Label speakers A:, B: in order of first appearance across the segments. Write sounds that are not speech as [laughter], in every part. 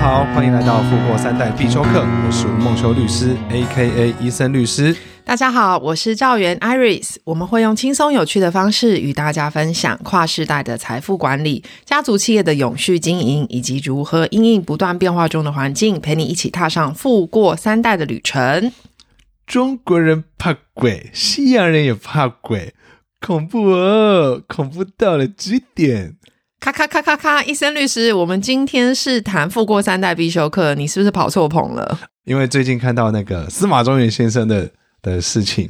A: 好，欢迎来到《富过三代必修课》，我是吴梦修律师 （A.K.A. 医生律师
B: 大家好，我是赵源 Iris，我们会用轻松有趣的方式与大家分享跨世代的财富管理、家族企业的永续经营，以及如何因应不断变化中的环境，陪你一起踏上富过三代的旅程。》。
A: 中国人怕鬼，西洋人也怕鬼，恐怖哦，恐怖到了极点。
B: 咔咔咔咔咔！医生律师，我们今天是谈富过三代必修课，你是不是跑错棚了？
A: 因为最近看到那个司马中原先生的的事情，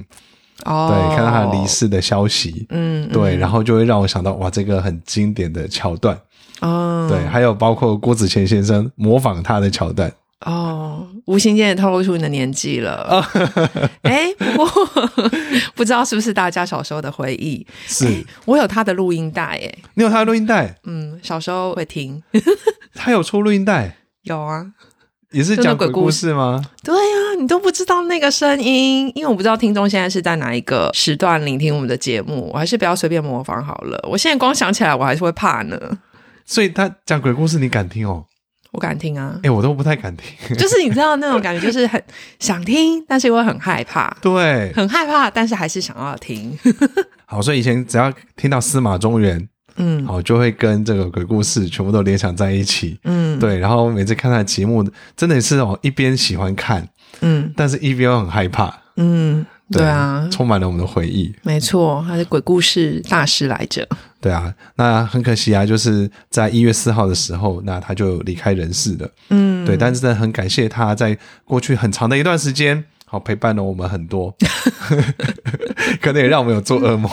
B: 哦
A: 对，看到他离，世的消息，
B: 嗯，
A: 对，然后就会让我想到哇，这个很经典的桥段，
B: 哦，
A: 对，还有包括郭子乾先生模仿他的桥段，
B: 哦，无形间也透露出你的年纪
A: [laughs]
B: 了。哎、不过 [laughs] 不知道是不是大家小时候的回忆？
A: 是
B: 我有他的录音带，哎，
A: 你有他的录音带，
B: 嗯，小时候会听，
A: 他有出录音带，
B: 有啊。
A: 也是
B: 就那
A: 讲
B: 鬼
A: 鬼
B: 故
A: 故事吗？
B: 对啊，你都不知道那个声音，因为我不知道听众现在是在哪一个时段聆听我们的节目，我还是不要随便模仿好了。我现在光想起来，我还是会怕呢。
A: 所以他讲鬼故事你敢听哦？
B: 我敢听啊
A: 哎、，我都不太敢听。 [laughs]
B: 就是你知道那种感觉，就是很想听，但是又会很害怕，
A: 对，
B: 很害怕，但是还是想要听。
A: 好，所以以前只要听到司马中原，
B: 嗯
A: 好就会跟这个鬼故事全部都联想在一起。
B: 嗯，
A: 对，然后每次看他的节目，真的是哦，一边喜欢看，
B: 嗯。
A: 但是一边又很害怕。
B: 嗯，对啊，
A: 充满了我们的回忆。
B: 没错，他是鬼故事大师来着。
A: 对啊，那很可惜啊，就是在一月四号的时候，那他就离开人世了。
B: 嗯，
A: 对，但是呢，很感谢他在过去很长的一段时间，好陪伴了我们很
B: [laughs]
A: 多，可能也让我们有做噩梦。 [laughs]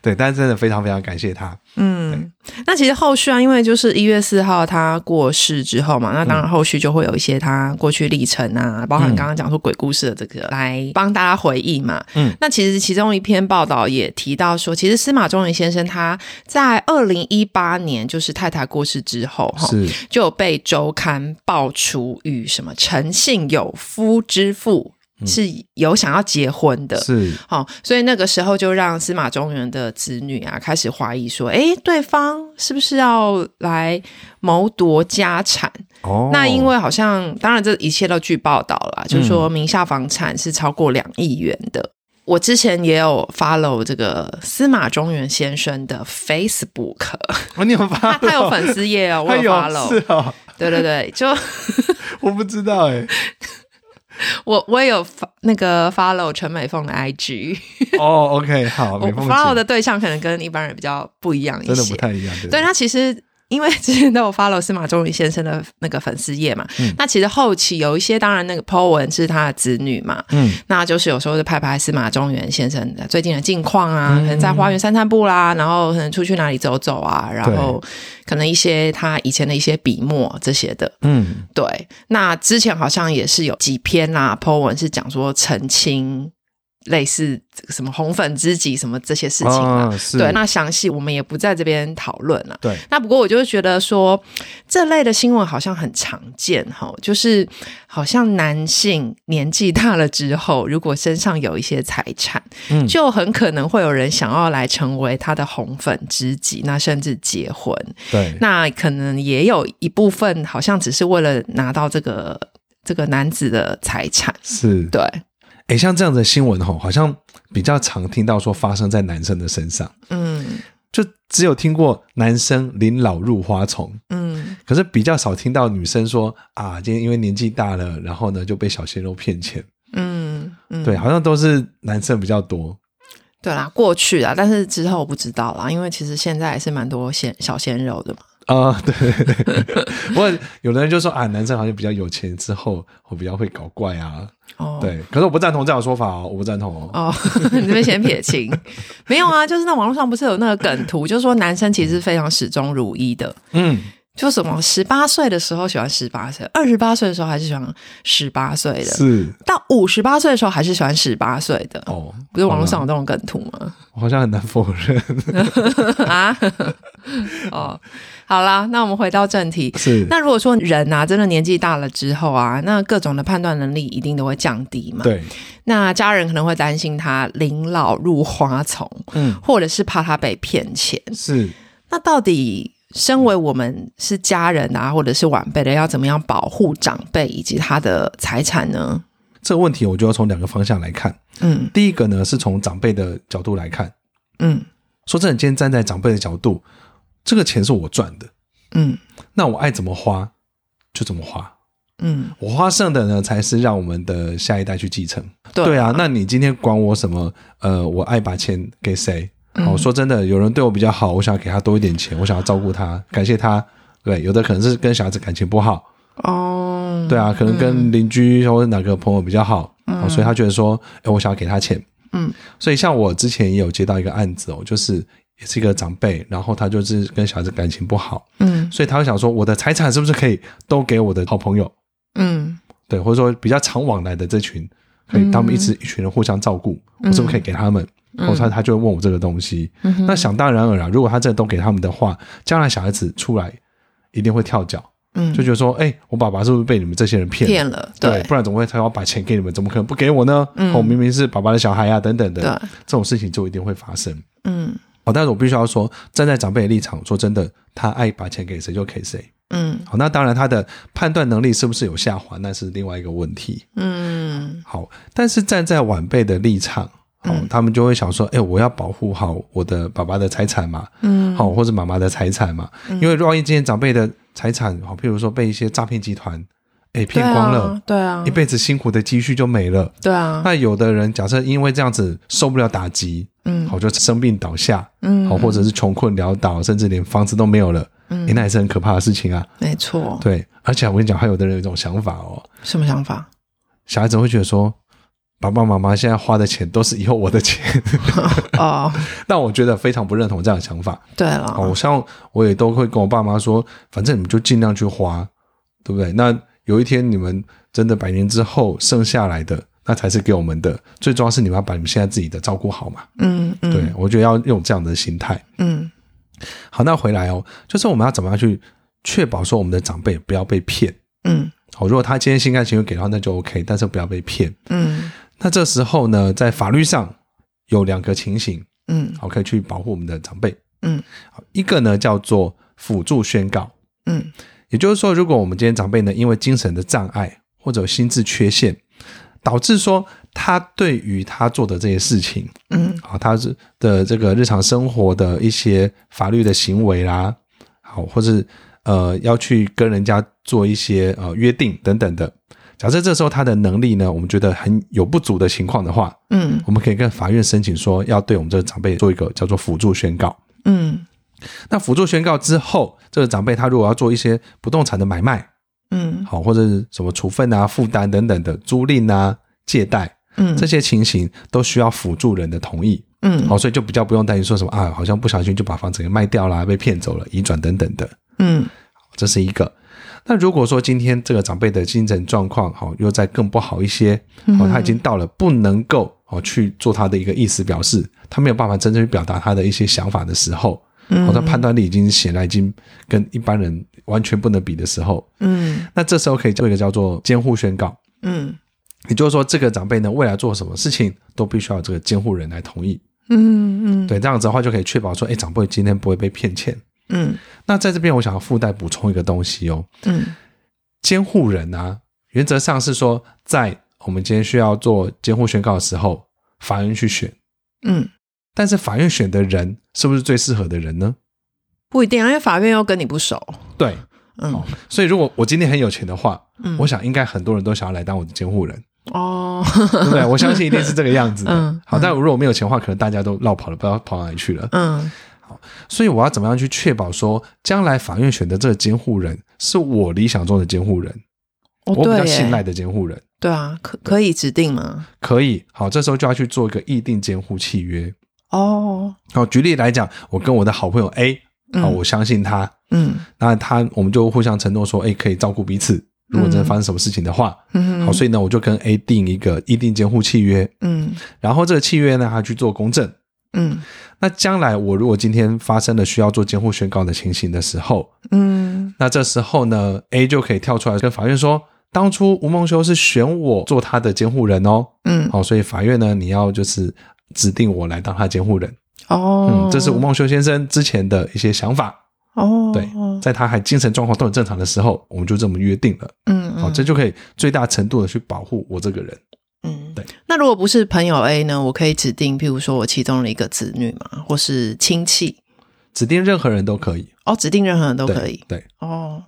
A: 对，但是真的非常非常感谢他。
B: 嗯，那其实后续啊，因为就是一月四号他过世之后嘛，那
A: 嗯
B: 当然后续就会有一些他过去历程啊，包含刚刚讲说鬼故事的这个，来帮大家回忆嘛。
A: 嗯，
B: 那其实其中一篇报道也提到说，其实司马中原先生他在二零一八年就是太太过世之后，哈，
A: 是
B: 就有被周刊爆出与什么陈信有夫之妇。
A: 嗯
B: 是有想要结婚的，
A: 是，
B: 好、所以那个时候就让司马中原的子女啊开始怀疑说，诶，对方是不是要来谋夺家产？
A: 哦，
B: 那因为好像，当然这一切都据报道啦，就是说
A: 嗯
B: 名下房产是超过两亿元的。我之前也有 follow 这个司马中原先生
A: [laughs]
B: 的 Facebook，
A: 哦，你有发
B: 他他有粉丝页哦，我
A: 他有是
B: follow，
A: 哦，
B: 对对对，就
A: 我不知道哎。
B: 我我也有 fo- 那个 follow 陈美凤的 IG，
A: 哦，OK，好，
B: [laughs] 我
A: 没梦
B: follow
A: 境
B: 的对象可能跟一般人比较不一样一些，
A: 真的不太一样，对不
B: 对，那其实因为之前都有 follow 司马中云先生的那个粉丝页嘛，那其实后期有一些，当然那个 po 文是他的子女嘛，
A: 嗯，
B: 那就是有时候是拍拍司马中原先生的最近的近况啊，可能在花园散散步啦，然后可能出去哪里走走啊，然后可能一些他以前的一些笔墨这些的，
A: 嗯，
B: 对，那之前好像也是有几篇啦，po 文是讲说澄清类似这个什么红粉知己什么这些事情啦。
A: 啊是
B: 对，那详细我们也不在这边讨论了。
A: 对，
B: 那不过我就是觉得说，这类的新闻好像很常见哈，就是好像男性年纪大了之后，如果身上有一些财产，
A: 嗯
B: 就很可能会有人想要来成为他的红粉知己，那甚至结婚。
A: 对，
B: 那可能也有一部分好像只是为了拿到这个这个男子的财产，
A: 是
B: 对，
A: 哎，像这样的新闻吼，好像比较常听到说发生在男生的身上，
B: 嗯
A: 就只有听过男生临老入花丛，
B: 嗯
A: 可是比较少听到女生说啊，今天因为年纪大了，然后呢就被小鲜肉骗钱。
B: 嗯嗯，
A: 对，好像都是男生比较多。
B: 对啦，过去啊，但是之后我不知道啦，因为其实现在还是蛮多鲜小鲜肉的嘛，
A: 啊、 [laughs] 对对对对，不过有的人就说啊，男生好像比较有钱之后，我比较会搞怪啊。
B: 哦，
A: 对，可是我不赞同这样的说法哦，我不赞同哦。
B: 哦，你这边先撇清， [laughs] 没有啊，就是那网络上不是有那个梗图，就是说男生其实是非常始终如一的，
A: 嗯，
B: 就什么十八岁的时候喜欢十八岁，二十八岁的时候还是喜欢十八岁的，
A: 是
B: 到五十八岁的时候还是喜欢十八岁的，
A: 哦，
B: 不是网络上有这种梗图吗？ [laughs]
A: 我好像很难否认。
B: 啊， [laughs] 哦，好啦，那我们回到正题。
A: 是，
B: [laughs] 那如果说人啊，真的年纪大了之后啊，那各种的判断能力一定都会降低嘛。
A: 对，
B: 那家人可能会担心他临老入花丛，
A: 嗯，
B: 嗯或者是怕他被骗钱。
A: 是
B: 那到底身为我们是家人啊，或者是晚辈的，要怎么样保护长辈以及他的财产呢？
A: 这个问题我就要从两个方向来看。
B: 嗯
A: 第一个呢，是从长辈的角度来看，
B: 嗯
A: 说真的，今天站在长辈的角度，这个钱是我赚的，
B: 嗯
A: 那我爱怎么花就怎么花，
B: 嗯，
A: 我花剩的呢，才是让我们的下一代去继承。
B: 对
A: 对啊，那你今天管我什么？呃，我爱把钱给谁？哦，说真的，有人对我比较好，我想要给他多一点钱，我想要照顾他，感谢他。对，有的可能是跟小孩子感情不好，
B: 哦，
A: 对啊，可能跟邻居或者哪个朋友比较好，哦、所以他觉得说，哎，我想要给他钱。
B: 嗯，
A: 所以像我之前也有接到一个案子哦，就是也是一个长辈，然后他就是跟小孩子感情不好，
B: 嗯
A: 所以他会想说，我的财产是不是可以都给我的好朋友？
B: 嗯
A: 对，或者说比较常往来的这群，可以他们一直一群人互相照顾，
B: 嗯
A: 我是不是可以给他们？然后他他就会问我这个东西，那想当然尔然，如果他真的都给他们的话，将来小孩子出来一定会跳脚，
B: 嗯，
A: 就觉得说，哎、我爸爸是不是被你们这些人骗了？
B: 骗了，
A: 对，
B: 对嗯
A: 不然怎么会他要把钱给你们？怎么可能不给我呢？我、明明是爸爸的小孩啊，等等的，
B: 对，
A: 这种事情就一定会发生。
B: 嗯
A: 好，但是我必须要说，站在长辈的立场，说真的，他爱把钱给谁就给谁。
B: 嗯
A: 好，那当然他的判断能力是不是有下滑，那是另外一个问题。
B: 嗯
A: 好，但是站在晚辈的立场，好、他们就会想说，哎、我要保护好我的爸爸的财产嘛，
B: 嗯，
A: 好、或者妈妈的财产嘛，因为万一今天长辈的财产，好，譬如说被一些诈骗集团，哎，骗光了，
B: 对啊，
A: 一辈子辛苦的积蓄就没了。
B: 对啊，
A: 那有的人假设因为这样子受不了打击，
B: 嗯
A: 好就生病倒下，
B: 嗯，
A: 好或者是穷困潦倒，甚至连房子都没有了，
B: 嗯
A: 诶那也是很可怕的事情啊。
B: 没错，
A: 对，而且我跟你讲，还有的人有一种想法哦，
B: 什么想
A: [laughs]
B: 法？
A: 小孩子会觉得说，爸爸妈妈现在花的钱都是以后我的钱， [laughs]
B: 哦，
A: 但我觉得非常不认同这样的想法。
B: 对了，
A: 哦，像我也都会跟我爸妈说，反正你们就尽量去花，对不对？那有一天你们真的百年之后剩下来的，那才是给我们的。最重要是你们要把你们现在自己的照顾好嘛。
B: 嗯嗯，
A: 对，我觉得要用这样的心态。
B: 嗯
A: 好，那回来哦，就是我们要怎么样去确保说我们的长辈不要被骗。
B: 嗯
A: 好、如果他今天心甘情愿给的话，那就 OK，但是不要被骗。
B: 嗯
A: 那这时候呢，在法律上有两个情形，哦
B: 嗯
A: 好，可以去保护我们的长辈。
B: 嗯
A: 好，一个呢叫做辅助宣告，
B: 嗯
A: 也就是说，如果我们今天长辈呢因为精神的障碍或者有心智缺陷，导致说他对于他做的这些事情，
B: 嗯
A: 好，他是的这个日常生活的一些法律的行为啦，好，或是呃要去跟人家做一些呃约定等等的。假设这时候他的能力呢，我们觉得很有不足的情况的话，
B: 嗯
A: 我们可以跟法院申请说，要对我们这个长辈做一个叫做辅助宣告。
B: 嗯
A: 那辅助宣告之后，这个长辈他如果要做一些不动产的买卖，
B: 嗯
A: 好或者是什么处分啊、负担等等的租赁啊、借贷
B: 嗯
A: 这些情形，都需要辅助人的同意。
B: 嗯
A: 好，所以就比较不用担心说什么啊，好像不小心就把房子给卖掉啦、被骗走了、移转等等的，
B: 嗯
A: 这是一个。那如果说今天这个长辈的精神状况好又再更不好一些，哦，他已
B: 嗯
A: 经到了不能够哦去做他的一个意思表示，他没有办法真正去表达他的一些想法的时候，
B: 嗯
A: 哦，他判断力已经显然已经跟一般人完全不能比的时候，
B: 嗯
A: 那这时候可以做一个叫做监护宣告，
B: 嗯
A: 也就是说，这个长辈呢未来做什么事情都必须要有这个监护人来同意。
B: 嗯
A: 对，这样子的话就可以确保说，哎，长辈今天不会被骗钱。
B: 嗯
A: 那在这边，我想要附带补充一个东西哦，
B: 嗯
A: 监护人啊，原则上是说，在我们今天需要做监护宣告的时候，法院去选。
B: 嗯，
A: 但是法院选的人是不是最适合的人呢？
B: 不一定，因为法院又跟你不熟，
A: 对，
B: 嗯
A: 所以如果我今天很有钱的话，
B: 嗯
A: 我想应该很多人都想要来当我的监护人，
B: 哦，
A: [laughs] 对不对？我相信一定是这个样子的。
B: 嗯
A: 好，但如果我没有钱的话，可能大家都绕跑了，不知道跑哪里去了。
B: 嗯
A: 所以我要怎么样去确保说，将来法院选的这个监护人是我理想中的监护人，
B: 哦
A: 我比较
B: 对耶
A: 信赖的监护人？
B: 对啊，可可以指定吗？
A: 可以，好，这时候就要去做一个议定监护契约。
B: 哦，
A: 好，举例来讲，我跟我的好朋友 A，好，
B: 嗯
A: 我相信他，
B: 嗯
A: 那他我们就互相承诺说，哎，可以照顾彼此。如果真的发生什么事情的话，
B: 嗯
A: 好，所以呢，我就跟 A 定一个议定监护契约，
B: 嗯
A: 然后这个契约呢，他去做公证。
B: 嗯
A: 那将来我如果今天发生了需要做监护宣告的情形的时候，
B: 嗯
A: 那这时候呢，A 就可以跳出来跟法院说，当初吴梦修是选我做他的监护人哦，
B: 嗯
A: 好、所以法院呢，你要就是指定我来当他监护人，
B: 哦
A: 嗯，，这是吴梦修先生之前的一些想法，
B: 哦，
A: 对
B: 哦，
A: 在他还精神状况都很正常的时候，我们就这么约定了。
B: 嗯
A: 好、
B: 嗯，
A: 这就可以最大程度的去保护我这个人。
B: 嗯
A: 对。
B: 那如果不是朋友 A 呢？我可以指定，譬如说我其中的一个子女嘛，或是亲戚
A: 指定任何人都可以，
B: 哦，指定任何人都
A: 对
B: 可以。
A: 对，
B: 哦，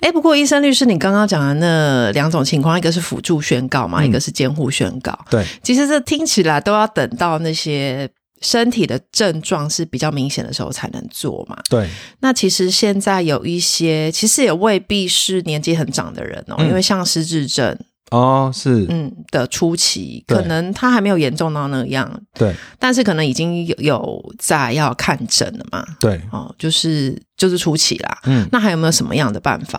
B: 哎，不过医生律师，你刚刚讲的那两种情况，一个是辅助宣告嘛，
A: 嗯
B: 一个是监护宣告。
A: 对，
B: 其实这听起来都要等到那些身体的症状是比较明显的时候才能做嘛。
A: 对，
B: 那其实现在有一些，其实也未必是年纪很长的人哦，
A: 嗯
B: 因为像失智症，
A: 哦，是，
B: 嗯的初期，
A: 对
B: 可能他还没有严重到那样，
A: 对，
B: 但是可能已经有有在要看诊了嘛，
A: 对，
B: 哦，就是就是初期啦。
A: 嗯
B: 那还有没有什么样的办法？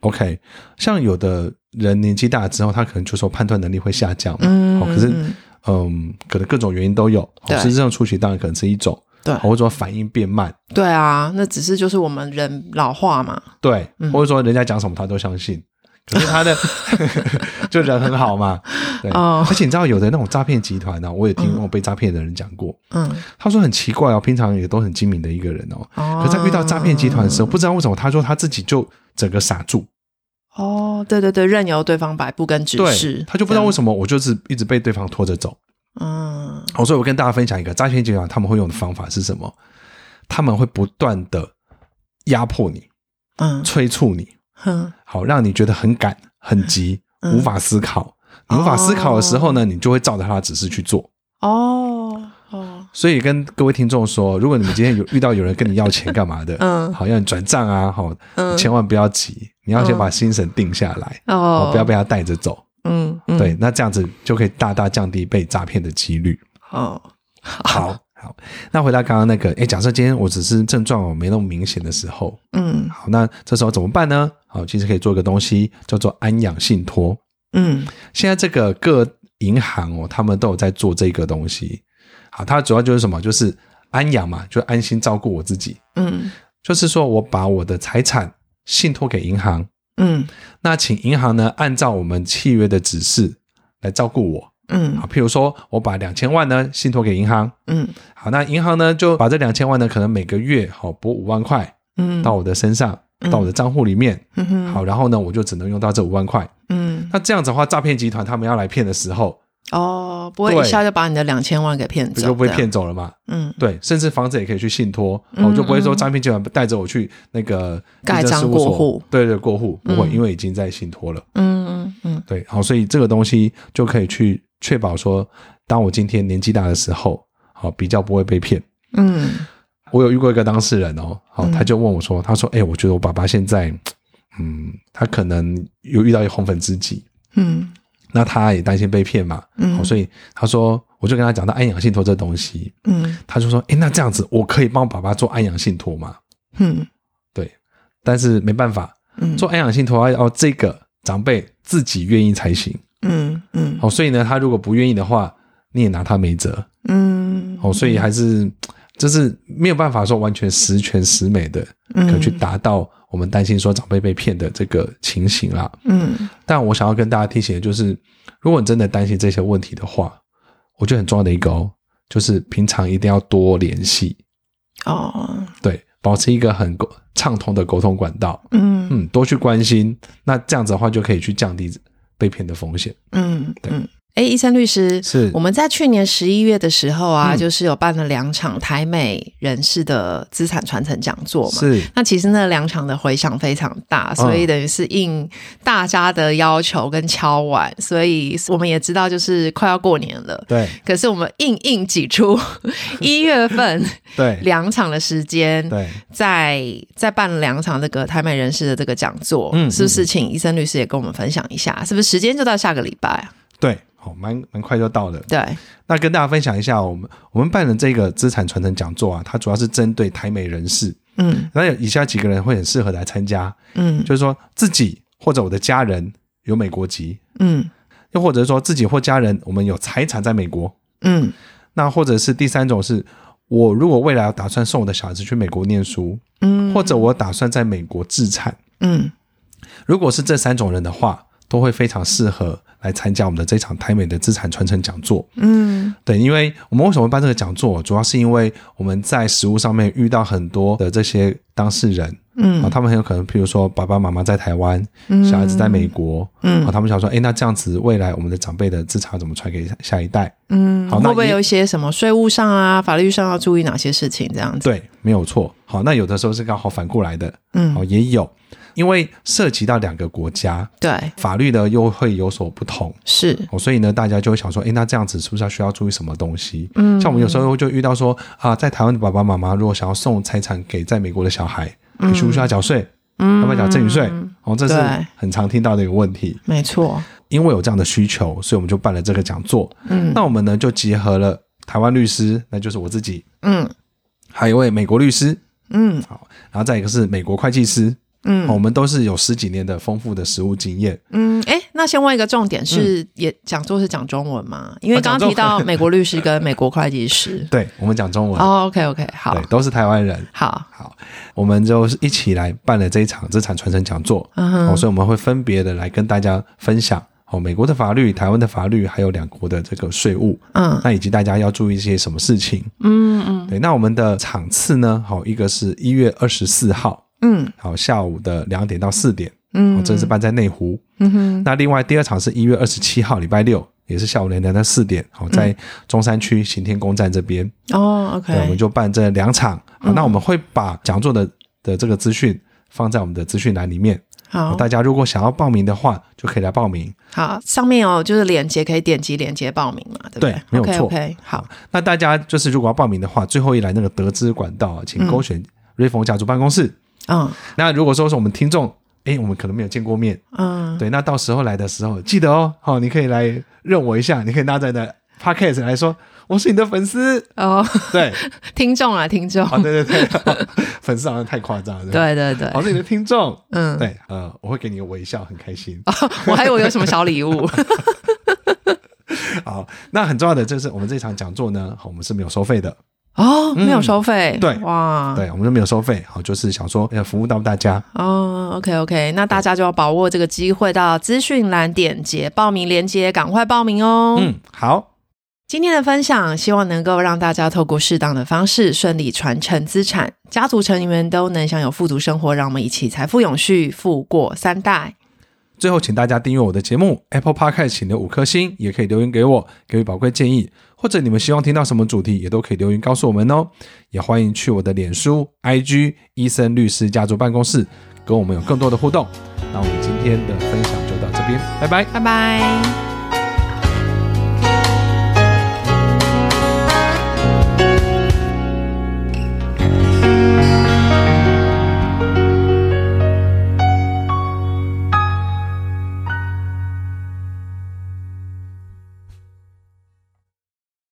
A: ，OK。像有的人年纪大之后，他可能就说判断能力会下降嘛，
B: 嗯
A: 哦、可是
B: 嗯
A: 嗯，可能各种原因都有，
B: 对
A: 哦、失智症初期当然可能是一种，
B: 对
A: 哦或者说反应变慢，
B: 对啊，那只是就是我们人老化嘛，
A: 对，
B: 嗯
A: 或者说人家讲什么他都相
B: [laughs]
A: 信。可是他的 [laughs] 就人很好嘛，对，
B: 哦
A: 而且你知道有的那种诈骗集团呢、啊，我也听过被诈骗的人讲过，
B: 嗯，
A: 他说很奇怪哦，平常也都很精明的一个人哦，
B: 哦，
A: 可在遇到诈骗集团的时候，不知道为什么他说他自己就整个傻住，
B: 哦，对对对，任由对方摆布跟指
A: 对
B: 示，，
A: 他就不知道为什么我就是一直被对方拖着走。
B: 这样，嗯，
A: 哦，所以我跟大家分享一个诈骗集团他们会用的方法是什么？他们会不断的压迫你、
B: 嗯
A: 催促你，
B: 哼，
A: 好让你觉得很赶、很急，
B: 嗯
A: 无法思考。你无法思考的时候呢，你就会照着他的指示去做。
B: 哦哦，
A: 所以跟各位听众说，如果你们今天有遇到有人跟你要钱干嘛的，
B: [laughs] 嗯
A: 好要你转账啊，好，
B: 嗯
A: 千万不要急，你要先把心神定下来，
B: 哦
A: 好，不要被他带着走。
B: 嗯嗯，
A: 对，那这样子就可以大大降低被诈骗的几率。
B: 哦，
A: 好好，那回到刚刚那个，哎，假设今天我只是症状哦没那么明显的时候，
B: 嗯
A: 好，那这时候怎么办呢？好，其实可以做一个东西叫做安养信托。
B: 嗯
A: 现在这个各银行哦，他们都有在做这个东西。好，它主要就是什么？就是安养嘛，就安心照顾我自己。
B: 嗯
A: 就是说我把我的财产信托给银行，
B: 嗯
A: 那请银行呢按照我们契约的指示来照顾我。
B: 嗯
A: 好，譬如说我把两千万呢信托给银行，
B: 嗯
A: 好，那银行呢就把这两千万呢，可能每个月好拨五万块
B: 嗯，
A: 到我的身上，到我的账户里面。
B: 嗯哼
A: 好，然后呢，我就只能用到这五万块。
B: 嗯
A: 那这样子的话，诈骗集团他们要来骗的时候，
B: 哦，不会一
A: 对
B: 下就把你的两千万给骗
A: 不
B: 走，
A: 就被
B: 这样
A: 骗走了嘛？
B: 嗯
A: 对，甚至房子也可以去信托，
B: 嗯
A: 我就不会说
B: 嗯
A: 诈骗集团带着我去那个
B: 盖
A: 地震
B: 章
A: 事务所
B: 过户
A: 对对，过户不会，
B: 嗯
A: 因为已经在信托了。
B: 嗯嗯嗯
A: 对，好，所以这个东西就可以去确保说，当我今天年纪大的时候，好比较不会被骗。
B: 嗯
A: 我有遇过一个当事人哦，好、
B: 嗯
A: 他就问我说，他说，哎、我觉得我爸爸现在，嗯，他可能有遇到一个红粉知己，
B: 嗯
A: 那他也担心被骗嘛，
B: 嗯
A: 好、所以他说，我就跟他讲到安养信托这东西，
B: 嗯
A: 他就说，哎、那这样子我可以帮爸爸做安养信托吗？
B: 嗯
A: 对，但是没办法，
B: 嗯
A: 做安养信托要要这个长辈自己愿意才行，
B: 嗯嗯
A: 好、所以呢，他如果不愿意的话，你也拿他没辙，
B: 嗯
A: 哦，所以还是就是没有办法说完全十全十美的，
B: 嗯
A: 可去达到我们担心说长辈被骗的这个情形啦。
B: 嗯
A: 但我想要跟大家提醒的就是，如果你真的担心这些问题的话，我觉得很重要的一个哦，就是平常一定要多联系，
B: 哦
A: 对，保持一个很沟畅通的沟通管道，
B: 嗯
A: 嗯，多去关心，那这样子的话就可以去降低被骗的风险。
B: 嗯嗯。哎，医生律师，
A: 是
B: 我们在去年十一月的时候啊，
A: 嗯
B: 就是有办了两场台美人士的资产传承讲座嘛。
A: 是，嗯
B: 那其实那两场的回响非常大，所以等于是应大家的要求跟敲碗，所以我们也知道就是快要过年了。
A: 对
B: 可是我们硬硬挤
A: [laughs]
B: 出一月份
A: 对
B: 两场的时间，
A: 对，
B: 再再办两场这个台美人士的这个讲座，
A: 嗯
B: 是不是请医生律师也跟我们分享一下？是不是时间就到下个礼拜啊？
A: 对，好、蛮蛮快就到了。
B: 对，
A: 那跟大家分享一下，我们我们办的这个资产传承讲座啊，它主要是针对台美人士，
B: 嗯
A: 那有以下几个人会很适合来参加，
B: 嗯
A: 就是说自己或者我的家人有美国籍，
B: 嗯
A: 又或者说自己或家人我们有财产在美国，
B: 嗯
A: 那或者是第三种是我如果未来打算送我的小孩子去美国念书，
B: 嗯
A: 或者我打算在美国置产，
B: 嗯
A: 如果是这三种人的话，都会非常适合来参加我们的这场台美的资产传承讲座。
B: 嗯
A: 对，因为我们为什么会办这个讲座，主要是因为我们在实务上面遇到很多的这些当事人，
B: 嗯
A: 啊，他们很有可能，譬如说爸爸妈妈在台湾，小孩子在美国，
B: 嗯
A: 啊，他们想说，哎，那这样子未来我们的长辈的资产怎么传给下下一代？
B: 嗯，
A: 好那
B: 会不会
A: 也
B: 有一些什么税务上啊、法律上要注意哪些事情？这样子，
A: 对，没有错。好，那有的时候是刚好反过来的，
B: 嗯，
A: 哦，也有，因为涉及到两个国家，
B: 对，
A: 法律的又会有所不同。
B: 是，
A: 哦，所以呢，大家就会想说，诶，那这样子是不是要需要注意什么东西？嗯，像我们有时候就遇到说，啊，在台湾的爸爸妈妈如果想要送财产给在美国的小孩，你需不需要缴税？
B: 嗯
A: 要不要缴赠与税？哦，这是
B: 对
A: 很常听到的一个问题。
B: 没错，
A: 因为有这样的需求，所以我们就办了这个讲座。
B: 嗯
A: 那我们呢就结合了台湾律师，那就是我自己，
B: 嗯
A: 还有一位美国律师，
B: 嗯
A: 然后再一个是美国会计师。哦我
B: 嗯
A: 们都是有十几年的丰富的实务经验。
B: 嗯，哎、那先问一个重点是，也讲座是讲中文吗？因为
A: 啊
B: 刚
A: 嗯讲
B: 刚
A: 中，
B: 提到美国律师跟美国会计师
A: 对，我们讲中文，
B: 哦，OK OK，好
A: 对，，都是台湾人。
B: 好，
A: 好，我们就是一起来办了这一场资产传承讲座、
B: 嗯
A: 哦，
B: 哼，
A: 所以我们会分别的来跟大家分享哦，美国的法律、台湾的法律，还有两国的这个税务，
B: 嗯
A: 那以及大家要注意一些什么事情。
B: 嗯嗯
A: 对，那我们的场次呢，好、一个是一月二十四号，
B: 嗯
A: 好、下午的两点到四点，哦
B: 嗯，，
A: 这是办在内湖。
B: 嗯哼，
A: 那另外第二场是一月二十七号，礼拜六。也是下午两点到四点，好、
B: 嗯
A: 在中山区行天宫站这边，
B: 哦，OK，
A: 对，我们就办这两场。
B: 嗯
A: 好那我们会把讲座的的这个资讯放在我们的资讯栏里面，啊
B: 好
A: 大家如果想要报名的话，就可以来报名。
B: 好，上面有就是链接可以点击链接报名嘛，对不
A: 对没有错
B: o k OK，好，
A: 啊那大家就是如果要报名的话，最后一栏那个得知管道啊，请勾选瑞丰家族办公室。
B: 嗯
A: 那如果说是我们听众，哎诶，我们可能没有见过面，
B: 嗯，
A: 对，那到时候来的时候记得哦，好、你可以来认我一下，你可以拿着你的 podcast 来说，我是你的粉丝， [laughs]
B: 哦，
A: 对，
B: 听众啊，听众，
A: 好、对对对，粉丝好像太夸张了，吧，
B: 对对对，
A: 我是你的听众，
B: [laughs] 嗯，哦
A: 对，呃，我会给你微笑，很开心。
B: 我还以为有什么小礼
A: [laughs]
B: 物，
A: 好，那很重要的就是我们这场讲座呢，好我们是没有收费的，
B: 哦，没有收费，
A: 嗯对
B: 哇，
A: 对，我们是没有收费，好，就是想说要服务到大家。
B: 哦，OK OK，那大家就要把握这个机会，到资讯栏点击报名链接，赶快报名哦。
A: 嗯，好，
B: 今天的分享，希望能够让大家透过适当的方式顺利传承资产，家族成员都能享有富足生活。让我们一起财富永续，富过三代。
A: 最后请大家订阅我的节目，Apple Podcast 请留五颗星，也可以留言给我，给予宝贵建议，或者你们希望听到什么主题，也都可以留言告诉我们哦。也欢迎去我的脸书、IG 医生律师家族办公室，跟我们有更多的互动。那我们今天的分享就到这边，拜拜。
B: 拜拜。